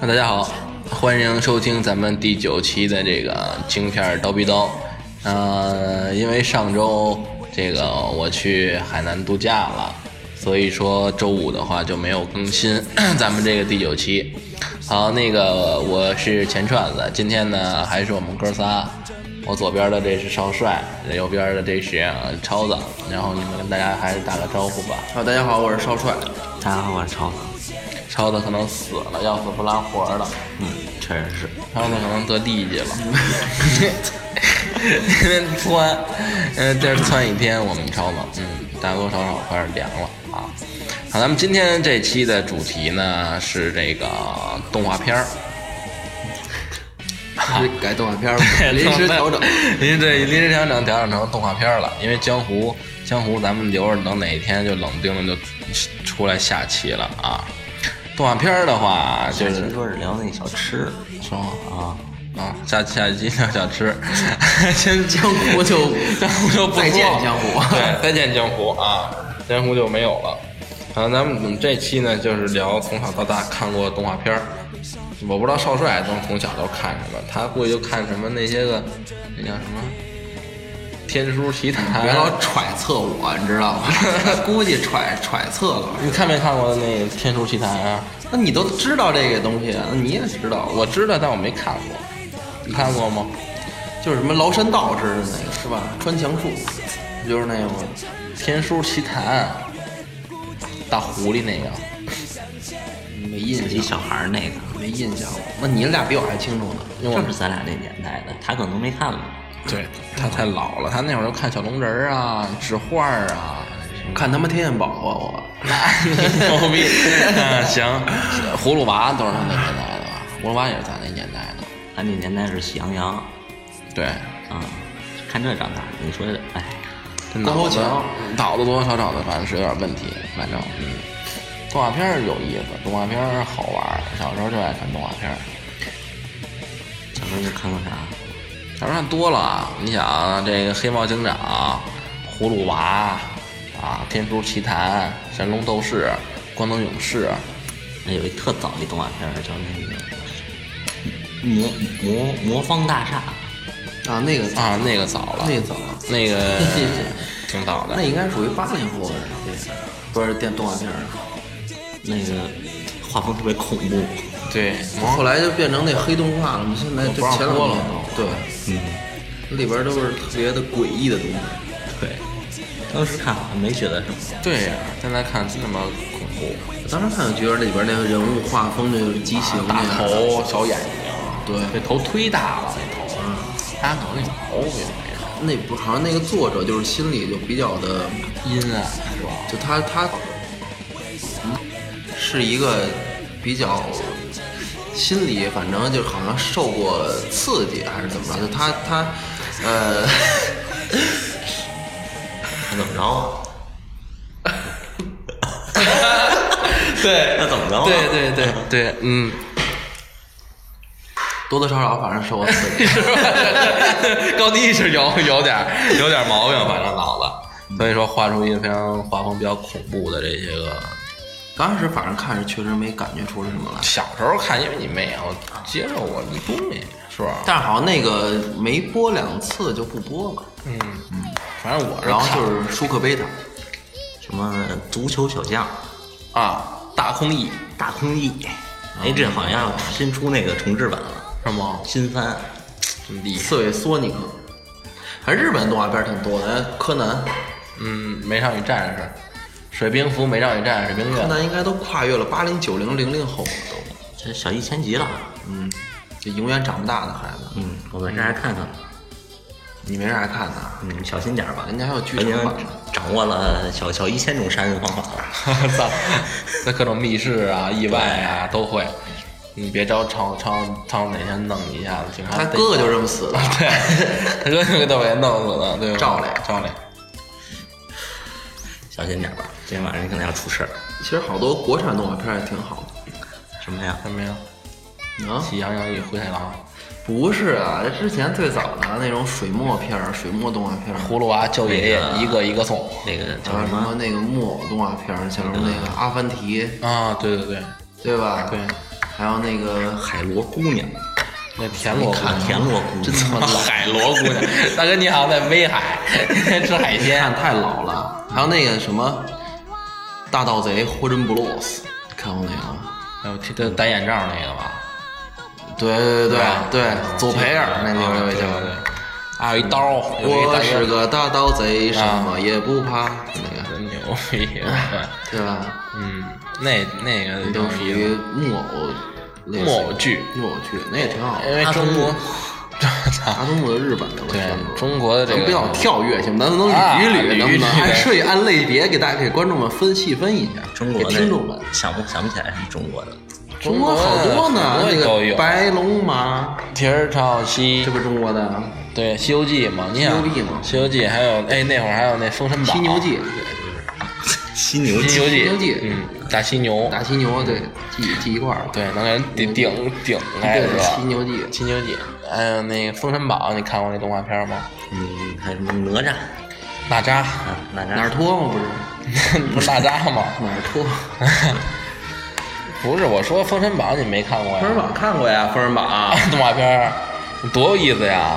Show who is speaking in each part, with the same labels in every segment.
Speaker 1: 那啊大家好，欢迎收听咱们第九期的这个京片儿刀逼刀。呃，因为上周这个我去海南度假了，所以说周五的话就没有更新 咱们这个第九期。好，那个我是钱串子，今天呢还是我们哥仨，我左边的这是少帅，右边的这是呃超子，然后你们跟大家还是打个招呼吧。
Speaker 2: 好，大家好，我是少帅。
Speaker 3: 大家好，我是超子。
Speaker 1: 超子可能死了，要死不拉活儿的。
Speaker 3: 嗯，确实是。
Speaker 1: 超子可能得痢疾了， 天天窜，呃，这儿窜一天，我们超子，嗯，大多少少有点凉了啊。好，咱们今天这期的主题呢是这个动画片儿，
Speaker 2: 改动画片 了，临时调整。，
Speaker 1: 临时对临时调整调整成动画片儿了，因为江湖江湖咱们留着等哪天就冷不丁的就出来下期了啊。动画片儿的话就
Speaker 3: 就是是说是聊那小吃
Speaker 1: 说
Speaker 3: 啊，
Speaker 1: 啊，下下一期聊小吃， 先
Speaker 2: 哦 江湖就
Speaker 1: 江湖就不
Speaker 2: 再见
Speaker 1: 做了
Speaker 2: 江湖
Speaker 1: 对，再见江湖啊，江湖就没有了。啊，咱们嗯这期呢，就是聊从小到大看过的动画片儿。我不知道少帅从从小都看什么，他估计就看什么那些个那叫什么《天书奇谭》。
Speaker 2: 啊别老揣测我，你知道吗？ 估计揣揣测了。
Speaker 1: 你看没看过那《天书奇谭》啊？
Speaker 2: 那你都知道这个东西，啊那你也知道，我
Speaker 1: 我知道，但我没看过。你看过吗？
Speaker 2: 就是什么崂山道似的那个，是吧？穿墙术，
Speaker 1: 就是那个《天书奇谭》，大狐狸那个。
Speaker 2: 没印
Speaker 3: 自己
Speaker 2: 象，
Speaker 3: 小孩儿那个，
Speaker 2: 没印象。那你俩比我还清楚呢。
Speaker 3: 正是咱俩这年代的，他可能没看过。
Speaker 1: 对他太老了，他那会儿就看小龙人儿啊、纸画儿啊，
Speaker 2: 看他妈天线宝啊，
Speaker 1: 那牛 逼。嗯，行，葫芦娃都是他那年代的吧？葫芦娃也是咱那年代的。
Speaker 3: 他那年代是喜羊羊啊，
Speaker 1: 对，
Speaker 3: 看这长大。你说，哎，
Speaker 1: 这
Speaker 2: 郭
Speaker 1: 脑
Speaker 2: 富
Speaker 1: 子
Speaker 2: 城
Speaker 1: 脑子多多少少的，反正是有点问题。反正嗯，动画片儿有意思，动画片儿好玩儿。小时候就爱看动画片儿，
Speaker 3: 小时候就看过啥？
Speaker 1: 小时候看多了啊。你想啊这个黑猫警长、葫芦娃啊、天书奇谭、神龙斗士、光能勇士。
Speaker 3: 那有一特早一动画片儿叫那个魔魔魔方大厦，
Speaker 2: 啊，那个
Speaker 1: 啊，那个早了，
Speaker 2: 那个早了，
Speaker 1: 那 个挺早
Speaker 2: 那
Speaker 1: 的。
Speaker 2: 应该属于八零后的这个，不是电动画片儿。
Speaker 3: 那个
Speaker 2: 嗯
Speaker 3: 画风特别恐怖。
Speaker 1: 对，
Speaker 2: 后来就变成那黑动画了嘛，现在就
Speaker 1: 不让
Speaker 2: 前两
Speaker 1: 播了
Speaker 2: 年对，
Speaker 3: 嗯，
Speaker 2: 里边都是特别的诡异的东西。
Speaker 3: 对，当时看好像没觉得什么。
Speaker 1: 对呀、现在看真他妈恐怖，啊
Speaker 2: 当时看就觉得里边那个人物画风就是畸形那
Speaker 1: 大
Speaker 2: 样的，
Speaker 1: 头小眼睛，
Speaker 2: 对，
Speaker 1: 这头忒大了，嗯那头，他可能那毛病
Speaker 2: 那不好像那个作者就是心里就比较的，
Speaker 1: 阴暗是吧？
Speaker 2: 就他他，嗯，是一个比较。心里反正就好像受过刺激还是怎么着，就他他，呃，
Speaker 3: 那怎么着啊？
Speaker 1: 对
Speaker 3: 那怎么着啊？
Speaker 1: 对对对对， 嗯，
Speaker 2: 多多少少反正受过刺激。
Speaker 1: 高低是有有点儿有点儿毛病，反正脑子，所以说画出一个非常画风比较恐怖的这些个
Speaker 2: 当时反正看着确实没感觉出什么来，
Speaker 1: 小时候看，因为你没有接受过你东西，是吧？
Speaker 2: 但是好像那个没播两次就不播了，
Speaker 1: 嗯嗯，反正我是
Speaker 2: 然后
Speaker 1: 看
Speaker 2: 就是舒克贝塔，
Speaker 3: 什么足球小将、
Speaker 1: 啊，大空翼
Speaker 3: 大空翼，
Speaker 2: 嗯
Speaker 3: 哎，这好像新出那个重制版了，
Speaker 1: 是吗？
Speaker 3: 新番。
Speaker 1: 真厉害。
Speaker 2: 刺猬索尼克，还日本动画片挺多的，柯南，
Speaker 1: 嗯，美少女战士，水兵服，美少女战士，水兵
Speaker 2: 柯
Speaker 1: 月，
Speaker 2: 南应该都跨越了八零、九零、零零后了都，
Speaker 3: 这小一千集了，
Speaker 2: 嗯，就永远长不大的孩子，
Speaker 3: 嗯，我们这还看看，
Speaker 2: 你没啥看的，
Speaker 3: 嗯，小心点儿吧，
Speaker 2: 人家还有剧
Speaker 3: 已
Speaker 2: 场
Speaker 3: 经
Speaker 2: 版呢，
Speaker 3: 掌握了小小一千种杀人方法 了。
Speaker 1: 操，那各种密室啊、意外啊都会。你别招超超超哪天弄你一 下子，警察
Speaker 2: 他
Speaker 1: 逮
Speaker 2: 哥哥就这么死的，
Speaker 1: 对，他哥就给都给弄死了，对吧？
Speaker 2: 赵磊
Speaker 1: 赵磊，
Speaker 3: 小心点儿吧，今天晚上你可能要出事儿。
Speaker 2: 其实好多国产动画片也挺好
Speaker 3: 什么呀？
Speaker 1: 看没有？
Speaker 2: 的啊。
Speaker 1: 喜羊羊与灰太狼，
Speaker 2: 不是啊，之前最早的那种水墨片儿、水墨动画片儿，
Speaker 1: 葫芦娃救爷爷
Speaker 3: 那，个
Speaker 1: 一个一个送。
Speaker 3: 那个叫
Speaker 2: 然后
Speaker 3: 什
Speaker 2: 什么
Speaker 3: 么？
Speaker 2: 那个木偶动画片儿，像什么那个阿凡提，
Speaker 1: 啊，对对对，
Speaker 2: 对吧？
Speaker 1: 对，
Speaker 2: 还有那个
Speaker 3: 海螺姑娘，
Speaker 1: 那田螺
Speaker 2: 看
Speaker 3: 田螺姑
Speaker 2: 哦
Speaker 3: 娘，
Speaker 2: 真 他妈老
Speaker 1: 海螺姑娘，大哥你好像在威海， 天天吃海鲜。
Speaker 2: 看太老了，还有那个什么《大盗贼霍真布洛斯》，看过那个吗？
Speaker 1: 哎呦，这戴眼罩那个吧，
Speaker 2: 对对对对
Speaker 1: 吧
Speaker 2: 对，左培尔那
Speaker 1: 啊
Speaker 2: 那
Speaker 1: 对
Speaker 2: 位叫。
Speaker 1: 对对还有一刀，有一大
Speaker 2: 我
Speaker 1: 哥
Speaker 2: 是个大盗贼，什么也不怕，那个
Speaker 1: 真牛逼， 对
Speaker 2: 对吧？
Speaker 1: 嗯，那那个
Speaker 2: 都属于木偶类似
Speaker 1: 木偶剧，
Speaker 2: 木偶剧那也挺好的。
Speaker 1: 因为中 国，
Speaker 2: 阿童木的日本的，我
Speaker 1: 对
Speaker 2: 听过。
Speaker 1: 中国的这个
Speaker 2: 咱们不要跳跃行吗？咱们能
Speaker 1: 啊
Speaker 2: 捋
Speaker 1: 捋
Speaker 2: 一捋，
Speaker 1: 一
Speaker 2: 能不能
Speaker 1: 捋
Speaker 2: 按顺序按类别给大家给观众们分细分一下？
Speaker 3: 中国
Speaker 2: 给
Speaker 3: 的
Speaker 2: 听众们，
Speaker 3: 想不想不起来是中国的，
Speaker 2: 中国好多呢，
Speaker 1: 中国
Speaker 2: 那
Speaker 1: 都
Speaker 2: 个
Speaker 1: 有
Speaker 2: 白龙马，
Speaker 1: 铁儿朝西
Speaker 2: 这，不是中国的，啊
Speaker 1: 对《西游记》嘛，你想
Speaker 2: 西游记嘛
Speaker 1: 西游记》还有哎那会儿还有那《封神
Speaker 2: 《
Speaker 1: 榜》
Speaker 2: 犀牛记》
Speaker 3: 犀牛
Speaker 1: 《西游记》
Speaker 3: 记，
Speaker 2: 西游记
Speaker 1: 嗯，大犀牛，
Speaker 2: 打犀牛，对，记记一块儿了。
Speaker 1: 对，能给人顶顶顶开
Speaker 2: 对
Speaker 1: 是，
Speaker 2: 犀
Speaker 1: 吧？
Speaker 2: 牛记，
Speaker 1: 《犀牛记》还有那个《封神榜》，你看过那动画片吗？
Speaker 3: 嗯，还有什么哪吒
Speaker 1: 哪吒，
Speaker 3: 啊，哪
Speaker 2: 哪儿
Speaker 3: 吒，
Speaker 2: 脱吗？不是
Speaker 1: 不是哪吒吗？
Speaker 2: 哪儿 脱？
Speaker 1: 不是，我说《封神榜》你没看过呀？
Speaker 2: 封神榜看过呀，封神 榜。
Speaker 1: 动画片儿，多有意思呀！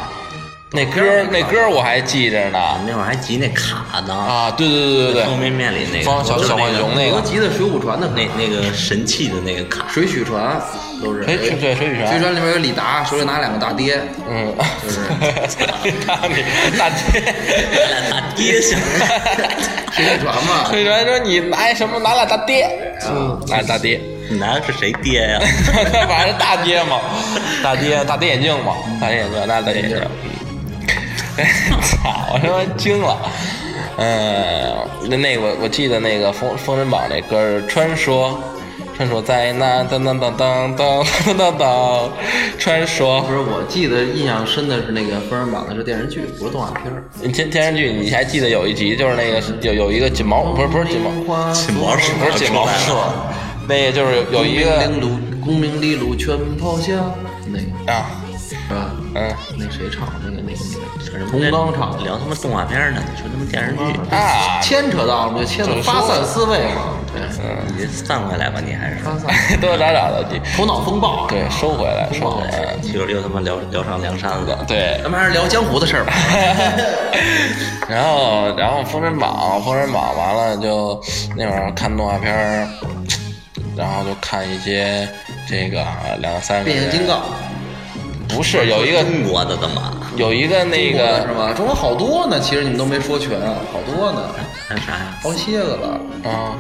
Speaker 1: 那歌儿那歌儿我还记着
Speaker 3: 我
Speaker 1: 呢
Speaker 3: 们那会儿还集那卡呢，
Speaker 1: 啊！对对对对
Speaker 3: 方
Speaker 1: 对，
Speaker 3: 便面里那个
Speaker 1: 放小
Speaker 3: 就是
Speaker 1: 小
Speaker 3: 那
Speaker 1: 浣
Speaker 3: 个
Speaker 1: 熊那个，
Speaker 2: 罗辑的水浒传的
Speaker 3: 那
Speaker 2: 那
Speaker 3: 那个神器的那个卡，
Speaker 2: 水浒传都是。
Speaker 1: 谁对水浒
Speaker 2: 水
Speaker 1: 传，
Speaker 2: 传里面有李达，手里拿两个大爹，
Speaker 1: 嗯，
Speaker 2: 就是
Speaker 1: 大你大爹，
Speaker 3: 大爹 想，
Speaker 2: 水浒传嘛。
Speaker 1: 水浒传说你拿一什么拿俩大爹，嗯，拿俩大爹，
Speaker 3: 你拿的是谁爹呀？
Speaker 1: 那反正大爹嘛，大爹大爹眼镜嘛，大爹眼镜，那大爹眼镜，操，我他妈惊了。嗯，那那个我我记得那个《封封神榜》那歌儿《传说》，传说在那当当当当当当当当，传说
Speaker 2: 不。是，我记得印象深的是那个《封神榜》的是电视剧，不是动画片儿。
Speaker 1: 电电视剧你还记得有一集就是那个有有一个锦毛不是不是锦毛
Speaker 2: 花
Speaker 3: 锦毛鼠
Speaker 1: 不是锦毛
Speaker 3: 出
Speaker 1: 鼠
Speaker 3: 来了，，
Speaker 1: 那个就是有有一个
Speaker 2: 功名利禄，功名利禄全抛下，那个
Speaker 1: 啊
Speaker 2: 是吧？
Speaker 1: 嗯
Speaker 2: 那谁唱的？那个那个那
Speaker 3: 这
Speaker 2: 个
Speaker 3: 什么
Speaker 2: 洪刚唱的，
Speaker 3: 聊他妈动画片呢，你说他妈电视剧，
Speaker 1: 啊，
Speaker 2: 牵扯到了，就牵扯
Speaker 1: 就
Speaker 2: 发
Speaker 1: 说嗯
Speaker 2: 散思维嘛，对，
Speaker 3: 你这散回来吧，你还是
Speaker 2: 发散
Speaker 1: 多多少少的
Speaker 2: 头脑风暴。，啊
Speaker 1: 对收回来收回来，
Speaker 3: 呃又又他妈聊聊上梁山了，
Speaker 1: 对。
Speaker 2: 咱们还是聊江湖的事 儿吧。
Speaker 1: 然后，然后《封神榜》，《封神榜》完了就那会儿看动画片儿，然后就看一些这个两三个
Speaker 2: 变形
Speaker 1: 人，
Speaker 2: 金刚，
Speaker 1: 不是有一个
Speaker 3: 中国的干嘛？
Speaker 1: 有一个那
Speaker 2: 中国的是
Speaker 1: 个
Speaker 2: 吧？中国好多呢，其实你们都没说全，好多呢，
Speaker 3: 还有啥呀？
Speaker 2: 好些个了。
Speaker 1: 啊，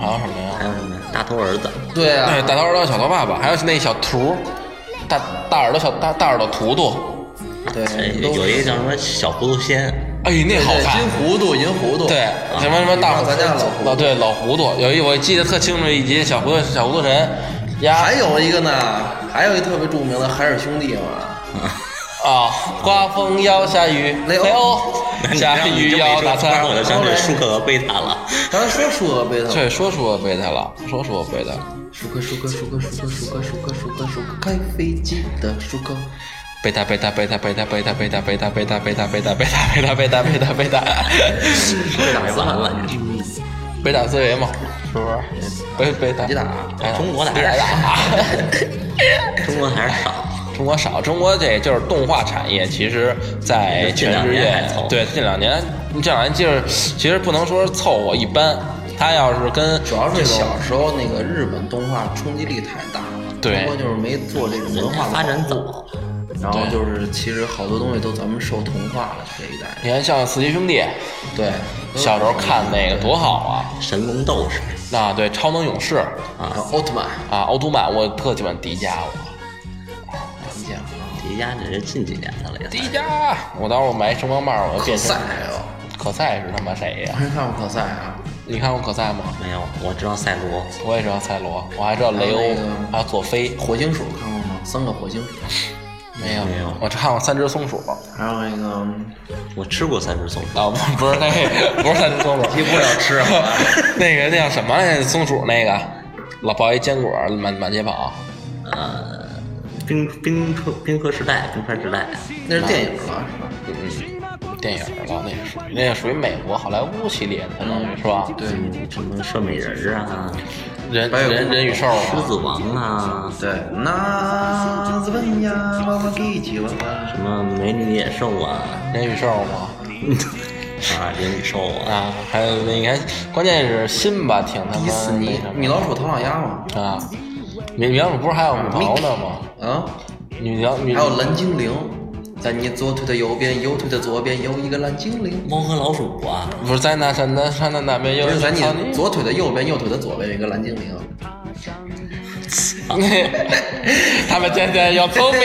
Speaker 1: 还有什么
Speaker 3: 还
Speaker 1: 呀？
Speaker 3: 有什么呀？大头儿子，
Speaker 2: 对
Speaker 1: 对，
Speaker 2: 啊，
Speaker 1: 大头儿朵小头爸爸，还有那小图儿，大大耳朵小大大耳朵图图，
Speaker 2: 对
Speaker 3: 哎，
Speaker 2: 都
Speaker 3: 有一个叫什么小葫芦仙，
Speaker 1: 哎，那好
Speaker 2: 对
Speaker 1: 看
Speaker 2: 金。糊涂、银糊涂，
Speaker 1: 对，什么什么大
Speaker 2: 啊咱家老糊涂
Speaker 1: 哦，对老糊涂，有一我记得特清楚一集小糊涂小糊涂神，呀
Speaker 2: 还有一个呢，还有一个特别著名的海尔兄弟嘛，
Speaker 1: 啊，刮风要下雨，
Speaker 2: 雷
Speaker 1: 雷
Speaker 2: 欧
Speaker 1: 欧
Speaker 3: 那你
Speaker 1: 下
Speaker 3: 让你
Speaker 1: 雨
Speaker 3: 这么
Speaker 1: 要
Speaker 3: 一
Speaker 1: 打
Speaker 3: 说突然我
Speaker 1: 伞。
Speaker 3: 就想起舒克和贝塔了。
Speaker 2: 刚才说舒克贝塔，
Speaker 1: 对，说说贝塔了，说说贝塔了，
Speaker 2: 舒克舒克舒克舒克舒克舒克舒克舒克开飞机的舒克，
Speaker 1: 贝塔贝塔贝塔贝塔贝塔贝塔贝塔贝塔贝塔贝塔贝塔贝塔贝塔贝塔贝塔
Speaker 3: 完了，你
Speaker 1: 贝塔思维嘛，是不是？贝贝塔，
Speaker 2: 吉塔
Speaker 1: 哎呀
Speaker 3: 中国的
Speaker 1: 贝塔
Speaker 3: 还
Speaker 1: 呀
Speaker 3: 中国还是少。
Speaker 1: 中国少，中国这就是动画产业，其实在全
Speaker 3: 近两
Speaker 1: 世
Speaker 3: 年
Speaker 1: 界
Speaker 3: 还凑合
Speaker 1: 对近两年，这两年就是其实不能说是凑合，一般。他要是跟
Speaker 2: 主要
Speaker 1: 这种
Speaker 2: 是小时候那个日本动画冲击力太大了，
Speaker 1: 对
Speaker 2: 中国就是没做这种文化
Speaker 3: 发展早，
Speaker 2: 然后
Speaker 1: 对
Speaker 2: 就是其实好多东西都咱们受同化了这一代人，
Speaker 1: 你看像四驱兄弟，
Speaker 2: 对，
Speaker 1: 小时候看那个多好啊！
Speaker 3: 神龙斗士
Speaker 1: 啊，对，超能勇士
Speaker 2: 然后奥特曼，
Speaker 1: 啊，奥特曼，我特喜欢迪迦，我
Speaker 2: 你讲啊，
Speaker 3: 迪迦这是近几年的了也
Speaker 1: 迪
Speaker 3: 算。
Speaker 1: 迦，我到时候买声光棒，我就变
Speaker 2: 可
Speaker 1: 成
Speaker 2: 赛哦，
Speaker 1: 可赛是他妈谁呀
Speaker 2: 我、没看过可赛啊，
Speaker 1: 你看过可赛吗？
Speaker 3: 没有，我知道赛罗，
Speaker 1: 我也知道赛罗，我还知道雷
Speaker 2: 还有
Speaker 1: 欧
Speaker 2: 那个，
Speaker 1: 还有佐菲，
Speaker 2: 火星鼠看过吗？三个火星鼠，
Speaker 1: 没有
Speaker 3: 没有
Speaker 1: 我只看过三只松鼠。
Speaker 2: 还有那个
Speaker 3: 我吃过三只松鼠，
Speaker 1: 啊，不 不是那个，不是啊三只松鼠，
Speaker 2: 一不了吃好吧
Speaker 1: 那个那叫什么来着？松鼠那个，老抱一坚果满满街跑。
Speaker 3: 呃，冰冰河冰河时代，冰川时代，啊
Speaker 2: 那是电影了是吧？
Speaker 1: 嗯电影了，那是属于那个属于美国好莱坞系列的，相当于是吧？
Speaker 2: 对，
Speaker 3: 什么射美人儿啊，
Speaker 1: 人
Speaker 2: 白雪公
Speaker 1: 人
Speaker 2: 主
Speaker 1: 人与兽啊，
Speaker 3: 狮子王啊，
Speaker 2: 对，那怎么呀？娃娃给起娃娃。
Speaker 3: 什么美女野兽啊，
Speaker 1: 人与兽嘛
Speaker 3: 啊，人与兽啊，
Speaker 1: 啊，还有那你看，关键是辛巴挺他妈
Speaker 2: 迪士尼
Speaker 1: 那什，么
Speaker 2: 米老鼠、唐老鸭嘛，
Speaker 1: 啊，米米老鼠不是还有毛呢吗？
Speaker 2: 啊，
Speaker 1: 米老米
Speaker 2: 还有蓝精灵，在你左腿的右边，右腿的左边有一个蓝精灵，
Speaker 3: 猫和老鼠啊，
Speaker 1: 不是在那山南山的那边又
Speaker 2: 不是在
Speaker 1: 操
Speaker 2: 你左腿的右边，右腿的左边有一个蓝精灵。
Speaker 1: 他们渐渐又聪明，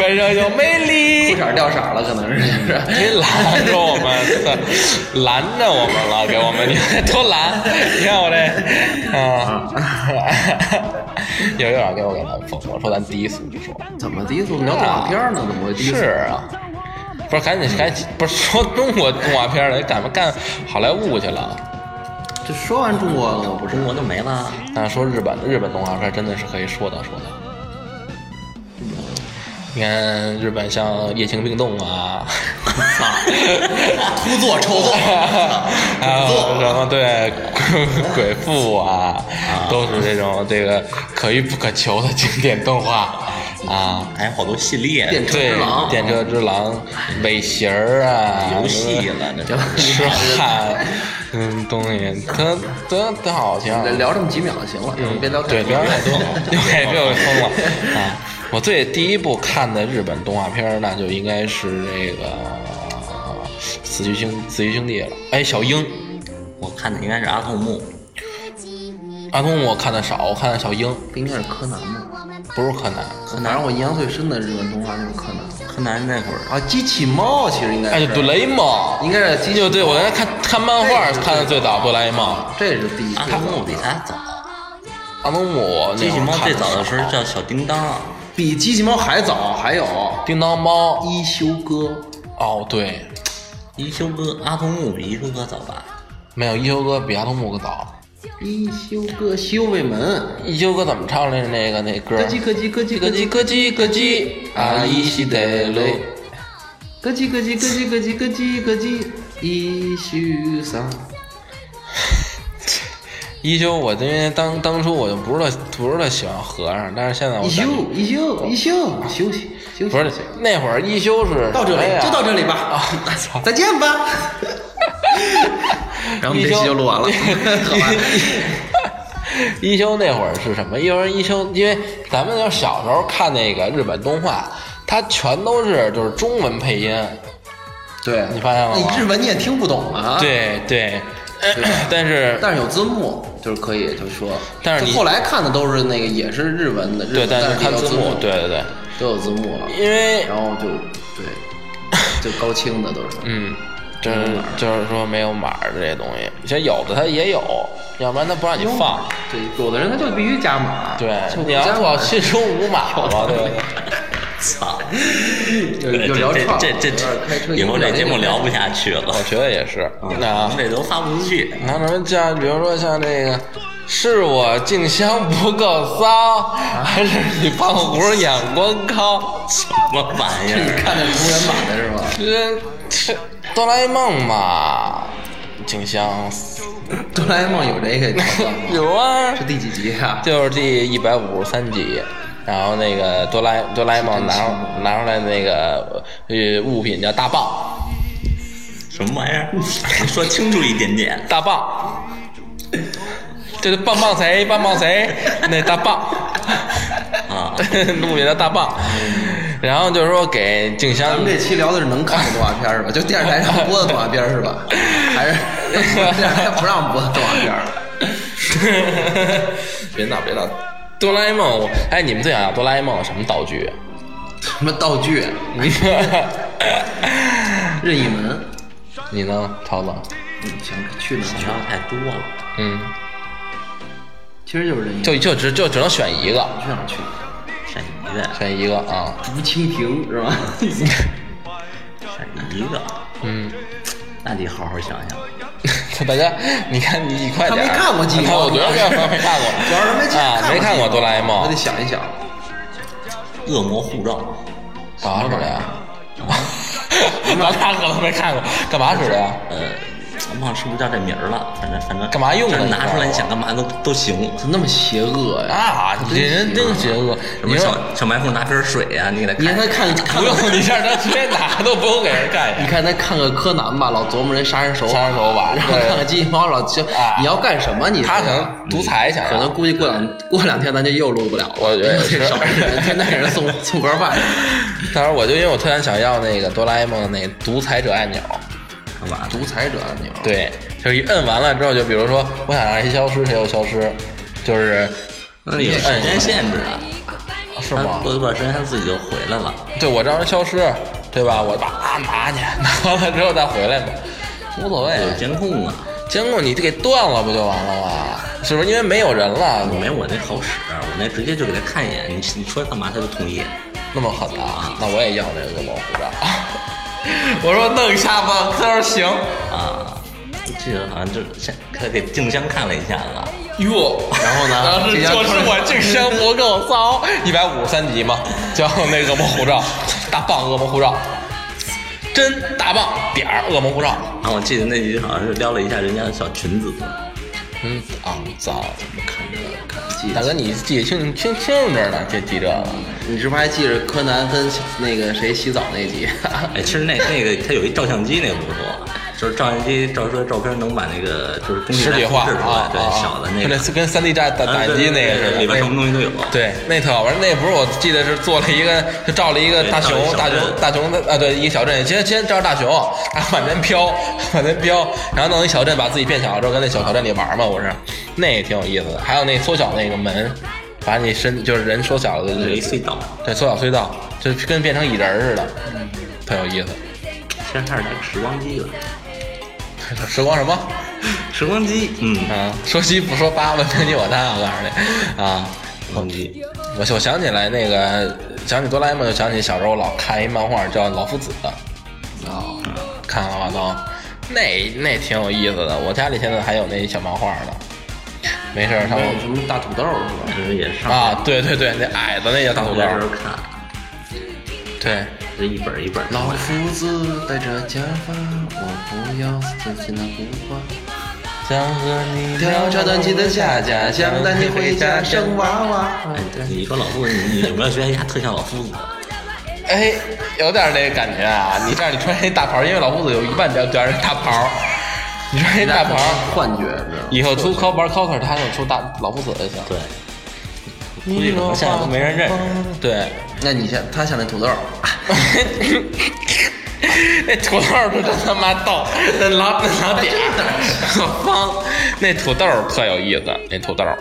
Speaker 1: 晚上又美
Speaker 2: 裤
Speaker 1: 丽。
Speaker 2: 衩掉色儿了，可能是是不
Speaker 1: 你
Speaker 2: 是？
Speaker 1: 拦着我们，拦着我们了，给我们你多拦！你看我这，啊， 有有点给我给咱疯了，说咱低俗说，
Speaker 2: 怎么低俗？聊动画片呢？怎么会低俗？
Speaker 1: 是啊，不是赶紧赶紧，不是说中国动画片了，干嘛干好莱坞去了？
Speaker 2: 这说完中国了，不是
Speaker 3: 中？国就没了。
Speaker 1: 啊，说日本日本动画片真的是可以说道说道。你看日本像《夜行病动》 啊，
Speaker 2: 突作丑作，
Speaker 1: 还有什么对鬼父啊，都是这种这个可遇不可求的经典动画啊。
Speaker 3: 还有好多系
Speaker 2: 电
Speaker 3: 列
Speaker 2: 车
Speaker 1: 对
Speaker 2: 之狼，，
Speaker 1: 电车之狼、尾行儿啊，
Speaker 3: 游戏了，那都
Speaker 1: 痴汉，嗯，东西，他他他好像
Speaker 2: 聊这么几秒就行了，别啊嗯聊
Speaker 1: 对，
Speaker 2: 太
Speaker 1: 不要
Speaker 2: 多。
Speaker 1: 太多，又开始又疯了啊！我最第一部看的日本动画片儿，那就应该是那个呃《死去兄死去兄弟》了。哎，小樱，
Speaker 3: 我看的应该是阿童木，
Speaker 1: 阿童木我看的少，我看的小樱，
Speaker 2: 不应该是柯南吗？
Speaker 1: 不是柯南。
Speaker 2: 柯南让我印象最深的日本动画就是柯南
Speaker 3: 柯南那会儿
Speaker 2: 啊，机器猫其实应该
Speaker 1: 哎，
Speaker 2: 是，
Speaker 1: 哆啦 A 梦，
Speaker 2: 应该是机器
Speaker 1: 就对我原来看看漫画看的最早，哆啦 A 梦。
Speaker 2: 这是第一
Speaker 3: 阿
Speaker 2: 部。
Speaker 3: 童木比他早，
Speaker 1: 阿童木我那
Speaker 3: 机器
Speaker 1: 会儿
Speaker 3: 猫
Speaker 1: 看
Speaker 3: 最早
Speaker 1: 的
Speaker 3: 的
Speaker 1: 少
Speaker 3: 时候叫小叮当，
Speaker 2: 比机器猫还早，还有
Speaker 1: 叮当猫。
Speaker 2: 一休哥，
Speaker 1: 哦，对，
Speaker 3: 一休哥，阿童木比一休哥早吧？
Speaker 1: 没有一休哥比阿童木更早。
Speaker 2: 一休哥西卫门，
Speaker 1: 一休哥怎么唱来着？那个那歌儿
Speaker 2: 咯。叽咯叽咯叽
Speaker 1: 咯
Speaker 2: 咯
Speaker 1: 叽
Speaker 2: 叽
Speaker 1: 咯叽咯叽，啊依稀得路。
Speaker 2: 咯叽咯叽咯叽咯叽咯叽咯叽，哦一休三。
Speaker 1: 一休，我因为当当初我就不是特不是特喜欢和尚，但是现在我
Speaker 2: 一
Speaker 1: 感觉
Speaker 2: 休一休一休，休息休息。
Speaker 1: 不是那会儿一休是
Speaker 2: 到这
Speaker 1: 哎呀
Speaker 2: 里，就到这里吧。
Speaker 1: 啊
Speaker 2: 啊，
Speaker 1: 操！
Speaker 2: 再见吧。然后我们这期就录 完了，好吧？
Speaker 1: 一休那会儿是什么？因为一休，因为咱们要小时候看那个日本动画，它全都是就是中文配音，
Speaker 2: 对，
Speaker 1: 你发现了吗
Speaker 2: 你日文你也听不懂
Speaker 1: 啊
Speaker 2: 啊。，
Speaker 1: 对 对，但是
Speaker 2: 但是有字幕就是可以，就是说，
Speaker 1: 但是
Speaker 2: 就
Speaker 1: 你
Speaker 2: 后来看的都是那个也是日文的，日
Speaker 1: 对，
Speaker 2: 文
Speaker 1: 但
Speaker 2: 但
Speaker 1: 看
Speaker 2: 有
Speaker 1: 字
Speaker 2: 幕
Speaker 1: 幕，，对对对，
Speaker 2: 都有字幕了，
Speaker 1: 因为
Speaker 2: 然后就对，就高清的都是。
Speaker 1: 嗯，就是就是说没有码儿这些东西，其实有的它也有，要不然它不让你放。
Speaker 2: 对，有的人他就必须加码，
Speaker 1: 对
Speaker 2: 就，不
Speaker 1: 你要
Speaker 2: 加码
Speaker 1: 搞新手无码嘛，对不对？
Speaker 3: 操！
Speaker 2: 就就聊
Speaker 3: 这
Speaker 2: 串儿
Speaker 3: 这这
Speaker 2: 有点开车
Speaker 3: 这，以后这节目聊不下去
Speaker 1: 我
Speaker 3: 了，
Speaker 1: 觉得也是。
Speaker 3: 啊
Speaker 1: 那啊
Speaker 3: 这都发不出去。
Speaker 1: 那什么像，比如说像这个，是我静香不够骚，还是你胖虎眼光高？
Speaker 3: 什么玩意
Speaker 2: 你
Speaker 3: 儿？
Speaker 2: 看的是无人版的是吗？
Speaker 1: 这这哆啦 A 梦嘛，静香
Speaker 2: 哆啦 A 梦有这个桥段吗？
Speaker 1: 有啊，
Speaker 2: 是第几集啊？
Speaker 1: 就是第一百五十三集，然后那个哆啦哆啦 A 梦拿拿出来那个呃物品叫大棒，
Speaker 3: 什么玩意儿？你说清楚一点点。
Speaker 1: 大棒，这是棒棒谁棒棒谁那大棒
Speaker 3: 啊，
Speaker 1: 物品叫大棒，然后就是说给静香
Speaker 2: 嗯咱们这期聊的是能看的动画片是吧？就电视台上播的动画片是吧？还是 电视台不让播的动画片儿？
Speaker 1: 别闹别闹，哆啦 A 梦，我哎你们最想要哆啦 A 梦有什么道具？
Speaker 2: 什么道具？啊任意门？
Speaker 1: 你呢，超子？
Speaker 2: 嗯，想去哪
Speaker 3: 想要太多了。
Speaker 1: 嗯，
Speaker 2: 其实就是任意门。
Speaker 1: 就就只就只能选一个，
Speaker 2: 去哪去？
Speaker 3: 闪一个，
Speaker 1: 选一个啊。
Speaker 2: 竹蜻蜓是吧？
Speaker 3: 闪一个，
Speaker 1: 嗯，
Speaker 3: 那得好好想想。
Speaker 1: 大家，你看你你快点儿，
Speaker 2: 他没看过金毛
Speaker 1: 他我觉得没没看过，
Speaker 2: 主要是没去
Speaker 1: 啊，没看过哆啦 A
Speaker 2: 我得
Speaker 1: 梦，
Speaker 2: 想一想。
Speaker 3: 恶魔护照，
Speaker 1: 干嘛使的呀？咱俩可能没看过，干嘛使的呀？
Speaker 3: 呃，我忘了是不是叫这名儿了，反正反正
Speaker 1: 干嘛用啊
Speaker 3: 这
Speaker 1: 你
Speaker 3: 拿出
Speaker 1: 告
Speaker 3: 来你
Speaker 1: 诉
Speaker 3: 想干嘛都都行。
Speaker 2: 怎么那么邪恶呀？
Speaker 1: 啊，你这人真邪恶！
Speaker 3: 什
Speaker 1: 你
Speaker 3: 么
Speaker 1: 说
Speaker 3: 小小白兔拿瓶水啊，你给他
Speaker 2: 你
Speaker 3: 看
Speaker 2: 看他看，看
Speaker 1: 不用你让他直接拿都不用给人干
Speaker 2: 你
Speaker 1: 呀。
Speaker 2: 看他看个柯南吧，老琢磨人杀人手法，
Speaker 1: 杀人手法
Speaker 2: 然后看看金银猫，老就
Speaker 1: 啊
Speaker 2: 你要干什么？你嗯
Speaker 1: 他可能独裁想要
Speaker 2: 可能估计过两过两天咱就又录不了了。
Speaker 1: 我觉得也是
Speaker 2: 这少给 人天天给人送送盒饭，
Speaker 1: 当时我就因为我特别想要那个哆啦 A 梦的那个独裁者按钮，
Speaker 3: 干嘛？
Speaker 2: 独裁者啊你们。
Speaker 1: 对，就是一摁完了之后，就比如说我想让谁消失，谁就消失，就是
Speaker 3: 那有时间限制啊，
Speaker 1: 是
Speaker 3: 他
Speaker 1: 吗？
Speaker 3: 过一段时间他自己就回来了。
Speaker 1: 对，我让人消失，对吧？我把拿去， 拿完了之后再回来嘛，无所谓。
Speaker 3: 有监控啊，
Speaker 1: 监控你就给断了不就完了吗？是不是？因为没有人了，
Speaker 3: 没我那好使，我那直接就给他看一眼，你你说干嘛他就同意。
Speaker 1: 那么狠啊？那我也要那个恶魔护照。 我说弄一下吧，他说行。
Speaker 3: 啊，我记得好像就是先他给静香看了一下子，啊
Speaker 1: 哟，
Speaker 2: 然后呢？
Speaker 1: 当时
Speaker 2: 这家
Speaker 1: 就是我这生不够骚，一百五十三集嘛，叫那个恶魔护照，大棒恶魔护照，真大棒点儿恶魔护照，
Speaker 3: 然后我记得那集好像是撩了一下人家的小裙子，
Speaker 1: 嗯，肮脏。
Speaker 3: 看着看着
Speaker 1: 大哥，你记得清清清着呢，这记这个，
Speaker 2: 你是不是还记着柯南跟那个谁洗澡那集？ 啊
Speaker 3: 哎，其实那那个他有一照相机，那个不错，就是照相机照出来照片能把那个就是工具
Speaker 1: 实体化
Speaker 3: 制出来，
Speaker 1: 啊，
Speaker 3: 对，
Speaker 1: 啊
Speaker 3: 小的那
Speaker 1: 跟
Speaker 3: 个呃
Speaker 1: 那跟三 D 炸打打印机那个似
Speaker 3: 是
Speaker 1: 的，
Speaker 3: 里边
Speaker 1: 那
Speaker 3: 什么东西都有。
Speaker 1: 对，那特好玩。那不是我记得是做了一个，就照了一个
Speaker 3: 对
Speaker 1: 大熊
Speaker 3: 照
Speaker 1: 大
Speaker 3: 了一，小
Speaker 1: 熊
Speaker 3: 镇，
Speaker 1: 大熊的啊，对，一个小镇，先先照大熊，啊，满天飘， 满天飘，然后弄一小镇，把自己变小了之后，跟那小小镇里玩嘛，不是，那也挺有意思的。还有那缩小那个门，把你身就是人缩小了，
Speaker 3: 有一隧道，
Speaker 1: 对，缩小隧道，就跟变成蚁人似的，
Speaker 3: 嗯
Speaker 1: 特有意思。
Speaker 3: 其实它是那个时光机了。
Speaker 1: 时光什么？
Speaker 3: 时光机，嗯，
Speaker 1: 啊，说七不说八，文明 你我他，我告诉你啊。
Speaker 3: 时光机，
Speaker 1: 我我想起来那个，想起哆啦 A 梦，就想起小时候老看一漫画叫《老夫子》，
Speaker 2: 哦，
Speaker 1: 看了吧都，那那挺有意思的。我家里现在还有那小漫画呢，没事儿上
Speaker 2: 有什么大土豆是吧？
Speaker 3: 就是也
Speaker 2: 嗯
Speaker 3: 是上
Speaker 1: 啊，对对对，那矮的那叫大土
Speaker 3: 学
Speaker 1: 豆
Speaker 3: 的
Speaker 1: 儿
Speaker 3: 时，候看，
Speaker 2: 嗯
Speaker 1: 对，
Speaker 3: 这一本一本
Speaker 2: 老夫子戴着假发，我不要自己那不花。
Speaker 1: 想和你
Speaker 2: 调查短期的下家乡，带你回家生娃娃。
Speaker 3: 哎，你说老夫子，你你有没有觉得呀特像老 夫子？
Speaker 1: 哎，有点那感觉啊！你这样你穿一大袍，因为老夫子有一半边边是大袍，你穿一大袍，
Speaker 2: 幻觉，你知道吗？
Speaker 1: 以后出 c o p e r c o p e r 他就出大老夫子就行。
Speaker 3: 对，估计可能现在都没人认识。
Speaker 1: 对，
Speaker 2: 那你像他像那土豆，
Speaker 1: 那土豆儿都真他妈逗，那老那老点儿方，那土豆儿特有意思，那土豆儿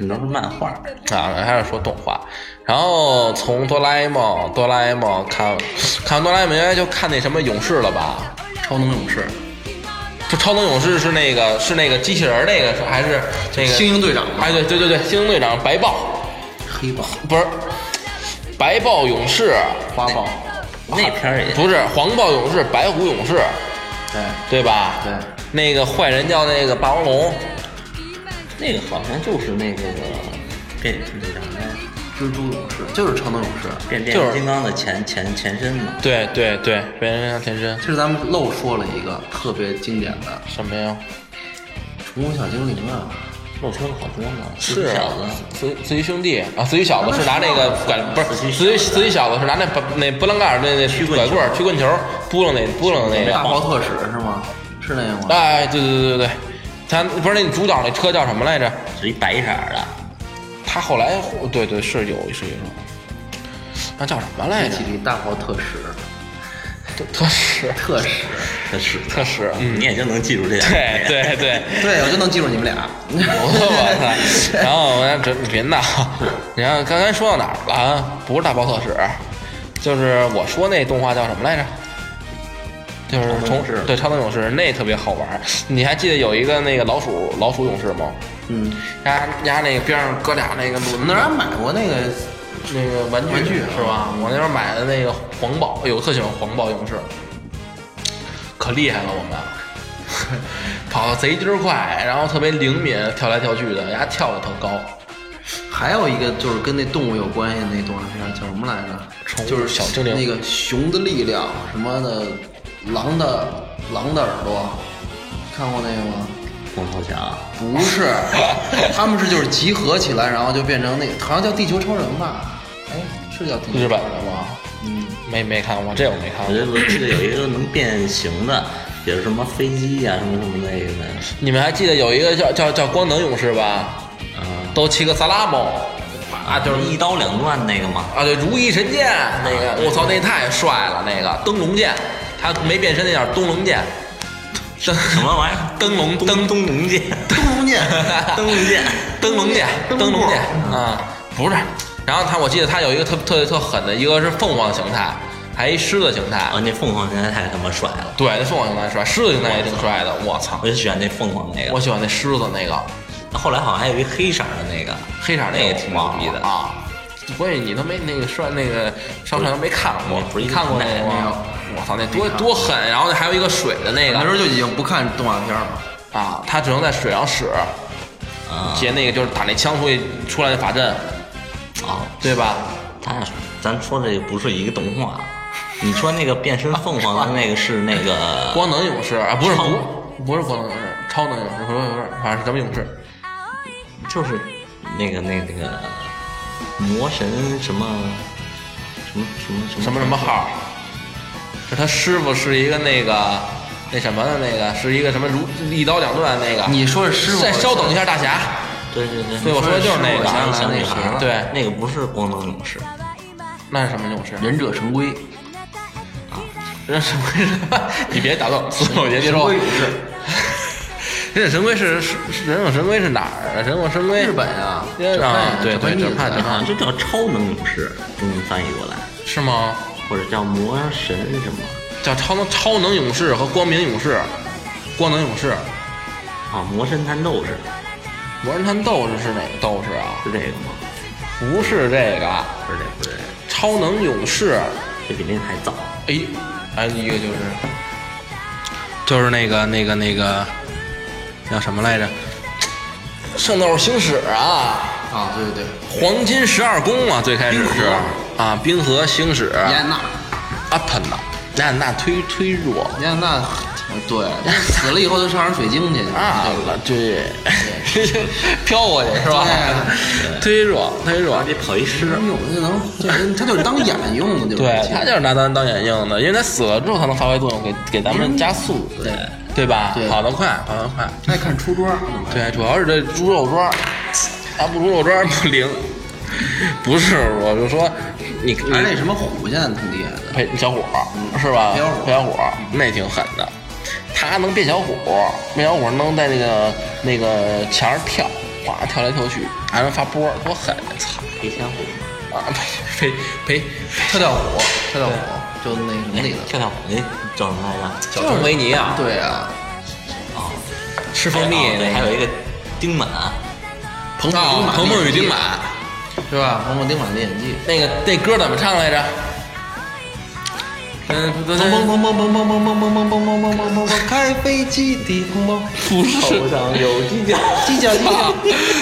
Speaker 3: 你都是漫画，
Speaker 1: 啊，还是说动画。然后从哆啦 A 梦，哆啦 A 梦看看完哆啦 A 梦，应该就看那什么勇士了吧？
Speaker 2: 超能勇士，
Speaker 1: 就超能勇士是那个是那个机器人儿那个是还是那个
Speaker 2: 猩猩队长嘛，
Speaker 1: 哎对对对对，猩猩队长白豹
Speaker 2: 黑豹、
Speaker 1: 不是白豹勇士，
Speaker 2: 花豹，
Speaker 3: 那片儿也
Speaker 1: 不是黄豹勇士，白虎勇士，
Speaker 2: 对，
Speaker 1: 对吧？
Speaker 2: 对，
Speaker 1: 那个坏人叫那个霸王龙。
Speaker 3: 那个好像就是那个变就是啥来
Speaker 2: 蜘蛛勇士就是超能勇士。
Speaker 3: 变
Speaker 1: 就
Speaker 3: 变
Speaker 1: 是
Speaker 3: 形金刚的前前前身嘛。
Speaker 1: 对对对，变形金刚前身
Speaker 2: 其实咱们漏说了一个特别经典的
Speaker 1: 什么呀？
Speaker 2: 《宠物小精灵》啊，
Speaker 3: 露出了好多呢，
Speaker 1: 是
Speaker 3: 小
Speaker 1: 啊
Speaker 3: 子，
Speaker 1: 自自己兄弟啊，自己小子是拿那个拐不是自
Speaker 3: 自
Speaker 1: 己自己小子是拿那把那拨浪盖儿那那
Speaker 3: 棍
Speaker 1: 拐
Speaker 3: 球
Speaker 1: 棍儿曲棍球儿扑棱那扑棱那
Speaker 2: 大
Speaker 1: 个。
Speaker 2: 炮特使是吗？是那个吗？
Speaker 1: 哎，对对对对对，他不是那主角那车叫什么来着？
Speaker 3: 是一白色儿的，
Speaker 1: 他后来对对是有是有，那叫什么来
Speaker 2: 那
Speaker 1: 着
Speaker 2: 几？力大炮特使，
Speaker 1: 特特使
Speaker 2: 特使，
Speaker 3: 它是
Speaker 1: 特使，嗯，
Speaker 3: 你也就能记住这两个
Speaker 1: 对
Speaker 3: 人。
Speaker 1: 对 对。
Speaker 2: 对我就能记住你们俩。
Speaker 1: 我 操！然后我说别闹，然后刚才说到哪儿了啊？不是大爆特使，就是我说那动画叫什么来着？就是
Speaker 3: 超能
Speaker 1: 从
Speaker 3: 勇士
Speaker 1: 对超能勇士那特别好玩儿，你还记得有一个那个老鼠老鼠勇士吗？
Speaker 2: 嗯，
Speaker 1: 压压那个边上搁俩那个轮子
Speaker 2: 我那儿还买过那个，
Speaker 1: 那个玩具
Speaker 2: 玩具
Speaker 1: 是吧？我那边买的那个黄宝，哎呦，我特喜欢黄宝勇士，可厉害了我们， 跑得贼鸡儿快，然后特别灵敏，跳来跳去的，人家跳的特高。
Speaker 2: 还有一个就是跟那动物有关系的那动画片叫什么来
Speaker 1: 宠
Speaker 2: 着？
Speaker 1: 物
Speaker 2: 就是
Speaker 1: 小精灵
Speaker 2: 那个熊的力量什么的，狼的狼的耳朵，看过那个吗？
Speaker 3: 光头强，
Speaker 2: 不是， 他们是就是集合起来，然后就变成那个，好像叫地球超人吧？哎，是叫地球
Speaker 1: 日
Speaker 2: 超
Speaker 1: 本
Speaker 2: 人吗？
Speaker 1: 没没看过，这我没看
Speaker 3: 我
Speaker 1: 过。
Speaker 3: 就记得有一个能变形的，比如什么飞机呀、什么什么那个的，
Speaker 1: 你们还记得有一个叫叫叫光能勇士吧？
Speaker 3: 啊
Speaker 1: 都骑个萨拉姆，
Speaker 3: 啊，就是一刀两断那个嘛。
Speaker 1: 啊，对，如意神剑那个，我操，那太帅了，那个灯笼剑，他没变身那叫灯笼剑，灯
Speaker 3: 什么玩意儿？
Speaker 1: 灯笼灯
Speaker 3: 灯东龙剑，
Speaker 2: 东龙剑，
Speaker 3: 灯笼剑，
Speaker 1: 灯笼剑，
Speaker 2: 灯
Speaker 1: 灯笼剑
Speaker 2: 笼
Speaker 1: 啊，不是。然后他，我记得他有一个特特特狠的，一个是凤凰形态，还一狮子形态。
Speaker 3: 啊，那凤凰现在太他妈帅了，
Speaker 1: 对，那凤凰形态帅，狮子形态也挺帅的。我操，
Speaker 3: 我就喜欢那凤凰那个。
Speaker 1: 我喜欢那狮子那个
Speaker 3: 后来好像还有一黑色的那个，
Speaker 1: 黑色那
Speaker 3: 那
Speaker 1: 个，
Speaker 3: 个挺牛逼的
Speaker 1: 啊。关键你都没那个帅那个上上都没看过
Speaker 3: 不是，一个
Speaker 1: 看过那个
Speaker 3: 奶奶
Speaker 1: 吗？我操，那多多狠！然后那还有一个水的那个
Speaker 2: 那时，候就已经不看动画片了。
Speaker 1: 啊，他只能在水上使，
Speaker 3: 啊
Speaker 1: 接那个就是打那枪出去出来那法阵，
Speaker 3: 啊，
Speaker 1: 对吧？
Speaker 3: 咱俩咱说的也不是一个动画。啊你说那个变身凤凰的那个是那个
Speaker 1: 光能勇士啊，不是
Speaker 3: 超
Speaker 1: 不不是光能勇士，超能勇士，不是不是，反正是什么勇士，
Speaker 3: 就是那个那个那个魔神什么什么什么什么
Speaker 1: 什么什么号，是他师傅是一个那个那什么的那个，是一个什么如一刀两断的那个。
Speaker 2: 你说是师傅？
Speaker 1: 再稍等一下，大侠，
Speaker 3: 对对对，
Speaker 1: 对我说的就是那个啊
Speaker 3: 我想
Speaker 2: 想
Speaker 3: 想
Speaker 2: 起
Speaker 3: 起
Speaker 2: 来
Speaker 3: 来
Speaker 2: 了
Speaker 3: 了，
Speaker 1: 对啊
Speaker 3: 那个不是光能勇士，
Speaker 1: 那是什么勇士？
Speaker 2: 忍者神龟，
Speaker 1: 忍者神龟是吧？ 你别打断我，思我先接说
Speaker 2: 神龟。勇士，
Speaker 1: 忍者神龟是是是忍者神龟是哪儿啊？忍者神龟
Speaker 2: 日本啊，
Speaker 1: 日本啊，对对，
Speaker 2: 日
Speaker 1: 整怕整
Speaker 3: 好
Speaker 1: 怕
Speaker 3: 像就叫超能勇士，中文翻译过来，
Speaker 1: 是吗？
Speaker 3: 或者叫魔神什么
Speaker 1: 叫超能超能勇士和光明勇士，光能勇士，
Speaker 3: 啊，魔神探斗士
Speaker 1: 魔人探斗士是哪个斗士啊？
Speaker 3: 是这个吗？
Speaker 1: 不是这个，啊
Speaker 3: 不是这个，不是这个，
Speaker 1: 超能勇士，
Speaker 3: 这比那个还早。
Speaker 1: 哎，还有一个就是，就是那个那个那个叫什么来着？圣斗士星矢啊，
Speaker 2: 啊，对对对，
Speaker 1: 黄金十二宫啊，最开始是啊，冰河星矢，啊
Speaker 2: 雅典娜，
Speaker 1: 阿喷呐，那那忒忒弱
Speaker 2: 雅典娜，对，死了以后就上点水晶去，
Speaker 1: 啊了，对， 飘过去是吧？忒弱忒弱
Speaker 3: 还，得跑一
Speaker 2: 这
Speaker 3: 师，
Speaker 2: 用就能，这人他就是当眼用的，就是
Speaker 1: 对他就是拿当当眼用的，因为他死了之后才能发挥作用，给给咱们加速，对对吧？
Speaker 2: 对
Speaker 1: 跑得快，跑得快。
Speaker 2: 爱看出装，
Speaker 1: 对，主要是这猪肉庄，啊不猪肉庄不灵，不是，我就说你
Speaker 2: 还啊是那
Speaker 1: 你
Speaker 2: 什么虎现在挺厉害的，
Speaker 1: 裴小伙是吧？
Speaker 2: 裴小虎
Speaker 1: 裴小伙那挺狠的，他能变小虎，变小虎能在那个那个墙上跳，哗跳来跳去，还能发波，多狠！操
Speaker 3: 裴天虎，
Speaker 1: 啊 裴裴裴
Speaker 2: 跳跳虎，跳跳虎，就那什么里头，
Speaker 3: 跳跳虎那叫什么来着？
Speaker 1: 小猪维尼啊，
Speaker 2: 对啊，
Speaker 3: 哦，
Speaker 1: 吃蜂蜜
Speaker 3: 哦对，还有一
Speaker 1: 个
Speaker 3: 个丁满，
Speaker 2: 彭
Speaker 1: 啊彭彭与丁满。
Speaker 2: 是吧？彭彭丁满的演技，
Speaker 1: 那个那歌怎么唱来着？嗯，
Speaker 2: 砰砰砰砰砰砰砰砰砰砰砰砰砰砰，开飞机的砰砰，
Speaker 1: 不是。
Speaker 3: 上有犄角，
Speaker 2: 犄角犄角。